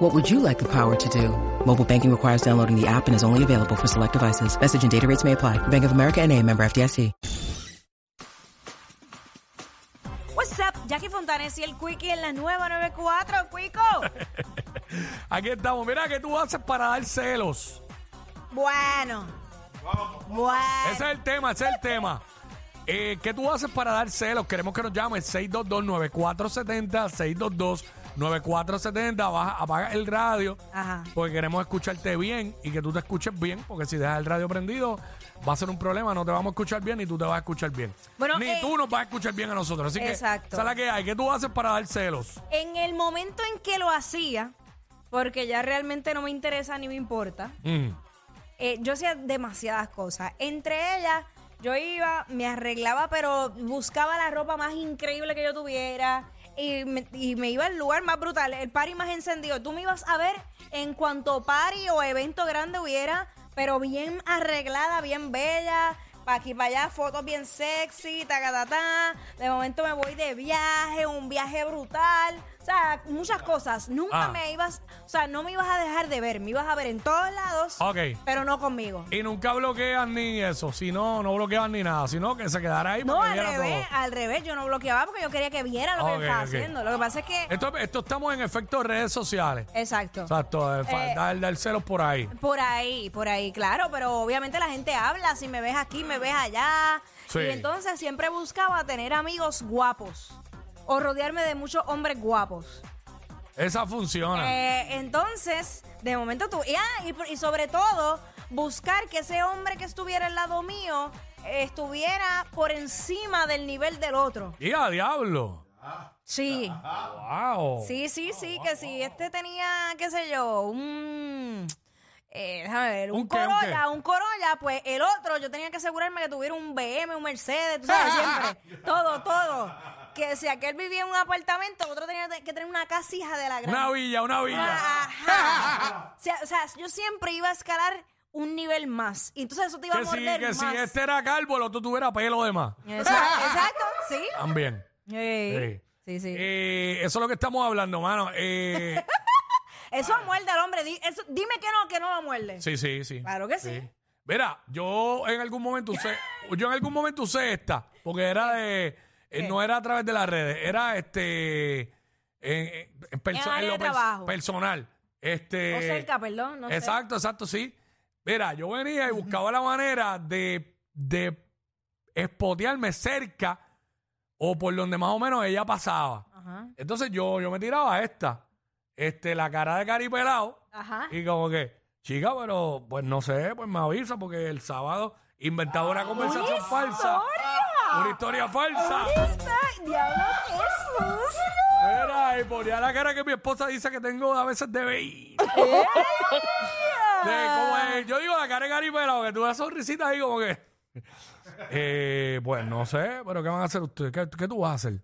What would you like the power to do? Mobile banking requires downloading the app and is only available for select devices. Message and data rates may apply. Bank of America and a member FDIC. What's up, Jackie Fontanes y el Quickie en la nueva 94, Quico. Aquí estamos. Mira, ¿qué tú haces para dar celos? Bueno. Ese Bueno. es el tema, ese es el tema. Eh, ¿Qué tú haces para dar celos? Queremos que nos llames 622-9470, 622-9470. Baja- Apaga el radio Ajá. porque queremos escucharte bien y que tú te escuches bien, porque si dejas el radio prendido va a ser un problema, no te vamos a escuchar bien ni tú te vas a escuchar bien. Bueno, ni eh, tú nos vas a escuchar bien a nosotros. Así que, Exacto. esa es la que hay. ¿Qué tú haces para dar celos? En el momento en que lo hacía, porque ya realmente no me interesa ni me importa, Mm. eh, yo hacía demasiadas cosas. Entre ellas, yo iba, me arreglaba, pero buscaba la ropa más increíble que yo tuviera. Y me, y me iba al lugar más brutal, el party más encendido. Tú me ibas a ver en cuanto party o evento grande hubiera, pero bien arreglada, bien bella. Pa' aquí, para allá, fotos bien sexy, ta, ta, ta, ta. De momento me voy de viaje, un viaje brutal. O sea, muchas cosas. Nunca Ah. me ibas, o sea, no me ibas a dejar de ver. Me ibas a ver en todos lados. Ok. Pero no conmigo. Y nunca bloquean ni eso. Si no, no bloquean ni nada. Sino que se quedará ahí. No, para al que viera revés, todo. al revés. Yo no bloqueaba porque yo quería que viera lo que Ok, yo estaba ok. haciendo. Lo que pasa es que. Esto, esto estamos en efecto redes sociales. Exacto. Exacto, eh, fa- Eh, dar, dar celos por ahí. Por ahí, por ahí, claro, pero obviamente la gente habla, si me ves aquí, me ves allá. Sí. Y entonces siempre buscaba tener amigos guapos o rodearme de muchos hombres guapos. Esa funciona. Eh, entonces, de momento tú, y, ah, y, por- y sobre todo, buscar que ese hombre que estuviera al lado mío eh, estuviera por encima del nivel del otro. Y a diablo. Ah, Sí. Wow. Sí, sí, sí, que si este tenía, qué sé yo, un... eh, déjame ver, un, ¿Un qué, un qué? Corolla, un Corolla, pues el otro, yo tenía que asegurarme que tuviera un BM, un Mercedes, tú sabes, siempre, todo, todo. Que si aquel vivía en un apartamento, otro tenía que tener una casija de la gran... Una villa, una villa. Ah, Ajá. O sea, o sea, yo siempre iba a escalar un nivel más, y entonces eso te iba a que si, morder que si más. este era calvo, el otro tuviera pelo de más. Exacto, exacto, sí. También. Sí, sí, sí. Eh, eso es lo que estamos hablando, mano. Eh, Eso muerde al hombre, di- eso- dime que no, que no lo muerde. sí, sí, sí. Claro que sí. Mira, yo en algún momento usé, yo en algún momento usé esta, porque era de, eh, no era a través de las redes, era este en, en- en perso- área en lo de pers- trabajo. personal. Este, O cerca, perdón, no sé. exacto, exacto, sí. Mira, yo venía y buscaba la manera de, de espotearme cerca o por donde más o menos ella pasaba. Ajá. Entonces yo, yo me tiraba esta, este, la cara de caripelado. Ajá. Y como que, chica, pero pues no sé, pues me avisa porque el sábado inventaba una conversación falsa. Una historia falsa. ¡Ay, diablo, qué sucio! Mira, y ponía la cara que mi esposa dice que tengo a veces de veí. De como de- yo digo la cara de Gary Pela, que tuve una sonrisita ahí como que. eh, pues no sé, pero ¿qué van a hacer ustedes? ¿Qué, qué tú vas a hacer?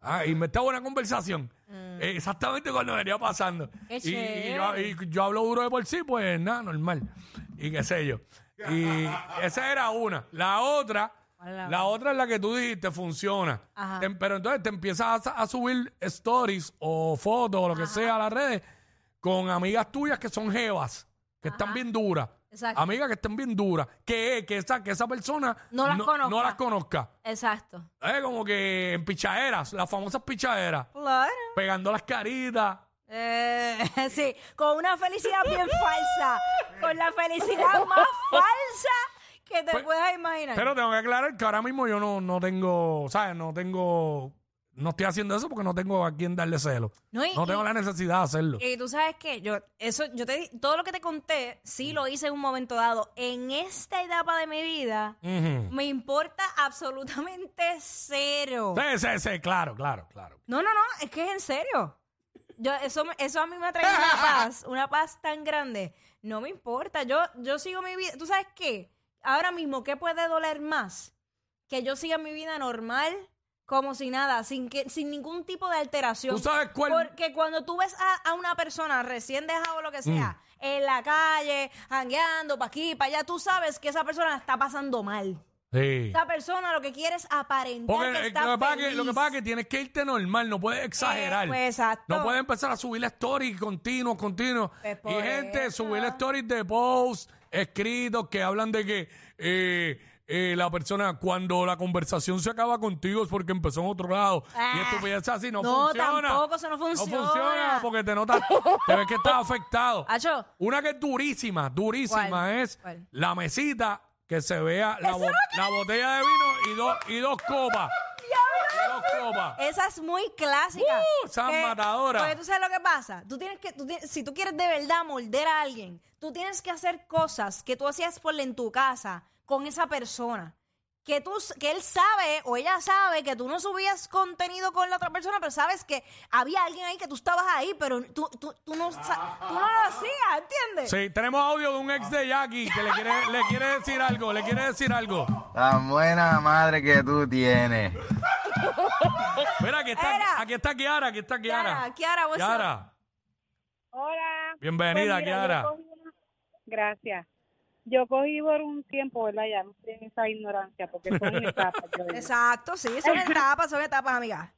Ah, inventaba una conversación. Eh, exactamente cuando venía pasando. Qué y, y yo, y yo hablo duro de por sí, pues nada, normal. Y qué sé yo. Y esa era una. La otra, ¿Cuál la la otra es la que tú dijiste, funciona. Ajá. Te- pero entonces te empiezas a, a subir stories o fotos o lo que sea a las redes con amigas tuyas que son jevas, que están bien duras. Exacto. Amigas que están bien duras. Que, que, esa, que esa persona No las conozca. las conozca. Exacto. Es como que en pichaderas, las famosas pichaderas, Claro. pegando las caritas. Eh, sí, con una felicidad bien falsa. Con la felicidad más falsa que te Pero- puedas imaginar. Pues, Pero tengo que aclarar que ahora mismo yo no, no tengo, ¿sabes? No tengo, no estoy haciendo eso porque no tengo a quien darle celo. No, No, y- y- Eh, tengo la necesidad de hacerlo. y tú sabes que yo eso yo te di- todo lo que te conté Mm. sí lo hice en un momento dado en esta etapa de mi vida Ujú. me importa absolutamente cero Sí, sí, sí, claro, claro, claro. No, no, no, es que es en serio. Yo, eso, me- eso a mí me ha traído una paz, una paz tan grande. No me importa, yo, yo sigo mi vida. ¿Tú sabes qué? Ahora mismo, ¿qué puede doler más? que yo siga mi vida normal, como si nada, sin, que, sin ningún tipo de alteración. ¿Tú sabes cuál? Porque cuando tú ves a, a una persona recién dejado o lo que Mm. sea, en la calle, jangueando, pa' aquí, pa' allá, tú sabes que esa persona la está pasando mal. Sí. Esa persona lo que quiere es aparentar Porque que eh, está lo, que pasa es que, lo que feliz. pasa es que tienes que irte normal, no puedes exagerar. pues, exacto. No puedes empezar a subir stories continuos, continuos. Pues, y por gente, eso. subir stories de posts escritos que hablan de que eh, eh, la persona, cuando la conversación se acaba contigo es porque empezó en otro lado. Ah. y estupideces así no, No, funciona. tampoco, eso no funciona. No funciona porque te notas, te ves que estás afectado. Acho. Una que es durísima, durísima ¿Cuál? es ¿Cuál? la mesita que se vea la, bo- la botella de vino y dos y dos copas. y dos copas. Esa es muy clásica. ¡Uh! San Que- Matadora. Porque tú sabes lo que pasa. Tú tienes que, tú ti- si tú quieres de verdad morder a alguien, tú tienes que hacer cosas que tú hacías por en tu casa con esa persona. Que, tú, s- que él sabe o ella sabe que tú no subías contenido con la otra persona, pero sabes que había alguien ahí que tú estabas ahí, pero tú, tú, tú no, sa- tú no lo hacías, ¿entiendes? Sí, tenemos audio de un ex de Jackie que le quiere, le quiere decir algo, le quiere decir algo. Tan buena madre que tú tienes. Mira, aquí está, Era. aquí está Kiara, aquí está Kiara. Kiara, Kiara, what's up? Kiara, Hola. bienvenida, Pues mira, yo Kiara. cogí una- Gracias. Yo cogí por un tiempo, ¿verdad? Ya no estoy en esa ignorancia, porque son etapas. yo digo. Exacto, sí, son etapas, son etapas, amiga.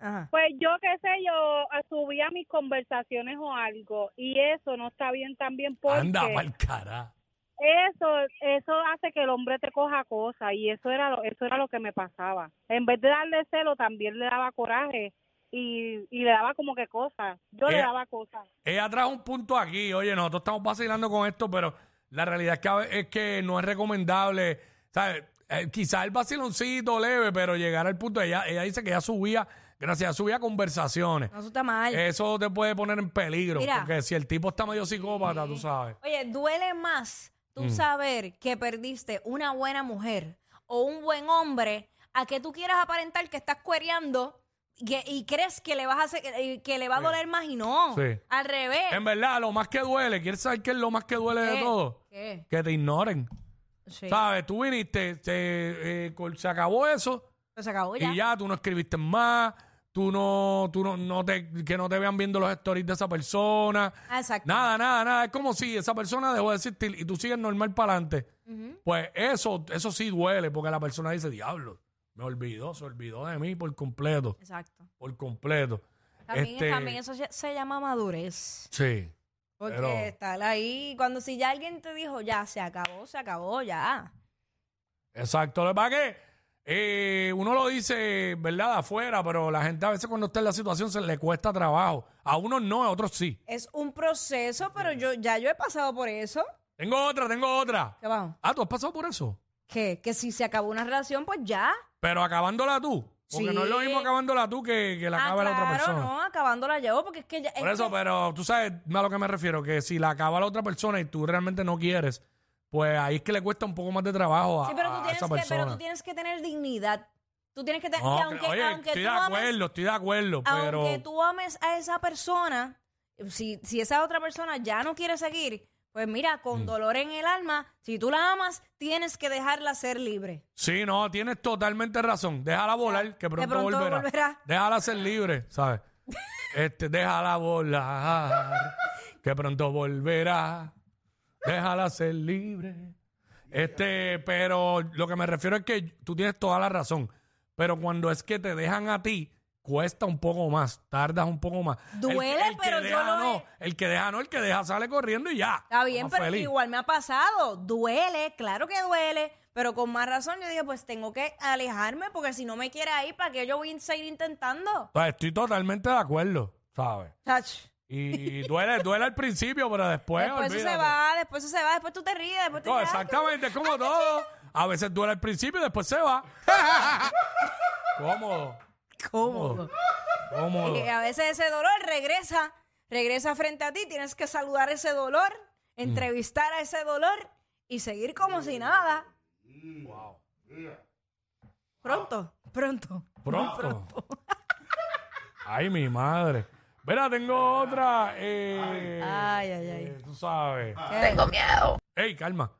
Ajá. Pues yo qué sé, yo ah, subía mis conversaciones o algo, y eso no está bien también porque Anda pa'l cara. eso eso hace que el hombre te coja cosas, y eso era lo, eso era lo que me pasaba. En vez de darle celo, también le daba coraje y, y le daba como que cosas. Yo le Eh, daba cosas. Ella trajo un punto aquí. Oye, nosotros estamos vacilando con esto, pero la realidad es que, a ve- es que no es recomendable. ¿Sabes? Eh, quizás el vaciloncito leve, pero llegar al punto. Ella, ella dice que ella subía, gracias, ella subía conversaciones. No, eso está mal. Eso te puede poner en peligro. Mira. Porque si el tipo está medio psicópata, tú sabes. Oye, duele más Mm. tú saber que perdiste una buena mujer o un buen hombre a que tú quieras aparentar que estás cuereando y, que- y crees que le vas a hacer- eh, que le va a doler más y no. Sí. Em, Al revés. En verdad, lo más que duele, ¿quieres saber qué es lo más que duele de ¿Qué? todo? ¿Qué? Que te ignoren. Sí. ¿Sabes? Tú viniste, te, eh, col- se acabó eso. Pero se acabó ya. Y ya tú no escribiste más, tú no, tú no, no te, que no te vean viendo los stories de esa persona. Ah, Exacto. Nada, nada, nada. Es como si esa persona dejó de existir y tú sigues normal para adelante. Pues eso, eso sí duele, porque la persona dice, diablo, me olvidó, se olvidó de mí por completo, Exacto. por completo. También, Este, también eso se- se llama madurez. Sí. Porque Pero- estar ahí, cuando si ya alguien te dijo, ya se acabó, se acabó, ya. Exacto, lo que pasa es que eh, uno lo dice, ¿verdad? De afuera, pero la gente a veces cuando está en la situación se le cuesta trabajo. A unos no, a otros sí. Es un proceso, pero yo ya yo he pasado por eso. Tengo otra, tengo otra. ¿Qué vamos? Ah, ¿tú has pasado por eso? ¿Qué? Que si se acabó una relación, pues ya. Pero acabándola tú. Porque Sí. no es lo mismo acabándola tú que, que la Ah, acabe la otra claro, persona. no, acabándola yo, porque es que ya. es Por eso, que- pero tú sabes a lo que me refiero, que si la acaba la otra persona y tú realmente no quieres, pues ahí es que le cuesta un poco más de trabajo a, Sí, pero pues, a tú, tienes esa que, persona. pero tú tienes que tener dignidad. Tú tienes que tener. No, que que- aunque, oye, aunque estoy tú de acuerdo, ames, estoy de acuerdo, pero... aunque tú ames a esa persona, si, si esa otra persona ya no quiere seguir, pues mira, Mm. con dolor en el alma, si tú la amas, tienes que dejarla ser libre. Sí, no, tienes totalmente razón. Déjala volar, que pronto, pronto volverá. volverá. Déjala ser libre, ¿sabes? este, déjala volar, que pronto volverá. Déjala ser libre. Este, pero lo que me refiero es que tú tienes toda la razón. Pero cuando es que te dejan a ti, cuesta un poco más, tardas un poco más. El que- Duele, el que pero yo deja lo no. he- El que deja no, el que deja sale corriendo y ya. Está bien, Más pero feliz. igual me ha pasado. Duele, claro que duele, pero con más razón yo dije, pues tengo que alejarme, porque si no me quiere ahí, ¿para qué yo voy a seguir intentando? O sea, estoy totalmente de acuerdo, ¿sabes? Chach. Y duele, duele al principio, pero después. después eso se olvídate. va, después eso se va, después tú te ríes, después te No, quedas, exactamente, es como todo. A veces duele al principio y después se va. Cómodo. "Qué cómodo". Cómodo. Y a veces ese dolor regresa, regresa frente a ti, tienes que saludar ese dolor, Mm. entrevistar a ese dolor y seguir como si nada. Pronto, pronto. Pronto. Ay, mi madre. Mira, tengo otra. eh, Ay, ay, ay. eh, tú sabes. Qué- Ey, calma.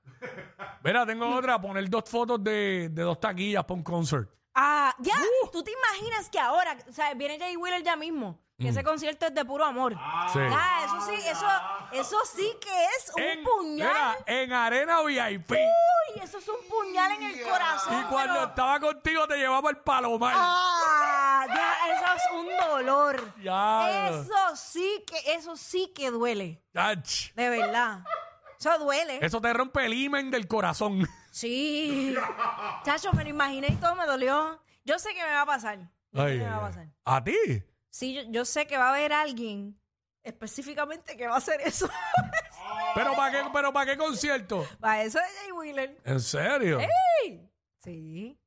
Mira, tengo otra, poner dos fotos de, de dos taquillas para un concert. Ah, ya. Uh. ¿Tú te imaginas que ahora, o sea, viene Jay Wheeler ya mismo? Que Mm. ese concierto es de puro amor. Sí. Ah, eso sí, eso, eso sí que es un puñal. mira, en arena VIP. Uy, eso es un puñal en el corazón. y cuando pero- estaba contigo te llevaba el palomar. Ah, ya, eso es un dolor. Ya. Eso sí que, eso sí que duele. Ach, De verdad. Eso duele. eso te rompe el imen del corazón. Sí. Chacho, me lo imaginé y todo me dolió. Yo sé que me va a pasar. Yo sé Ay, que me va a ay, pasar. ay. ¿A ti? Sí, yo, yo sé que va a haber alguien específicamente que va a hacer eso. ¿Pero para qué, pero para qué concierto? Para eso de Jay Wheeler. ¿En serio? Eh. Sí. Sí.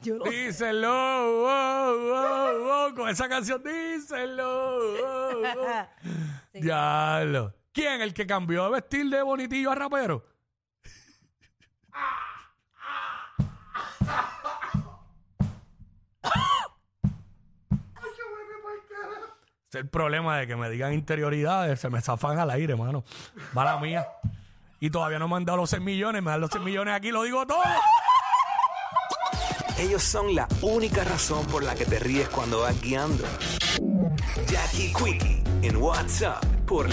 Yo lo sé. Díselo, oh, oh, oh, con esa canción, díselo. oh, Ah, oh. Sí. Diablo. ¿Quién? ¿El que cambió de vestir de bonitillo a rapero? Ese Es el problema de que me digan interioridades, se me zafan al aire, mano. Mala mía. Y todavía no me han dado los 6 millones, me dan los 6 millones aquí, lo digo todo. Ellos son la única razón por la que te ríes cuando vas guiando. Jackie Quickie en WhatsApp por la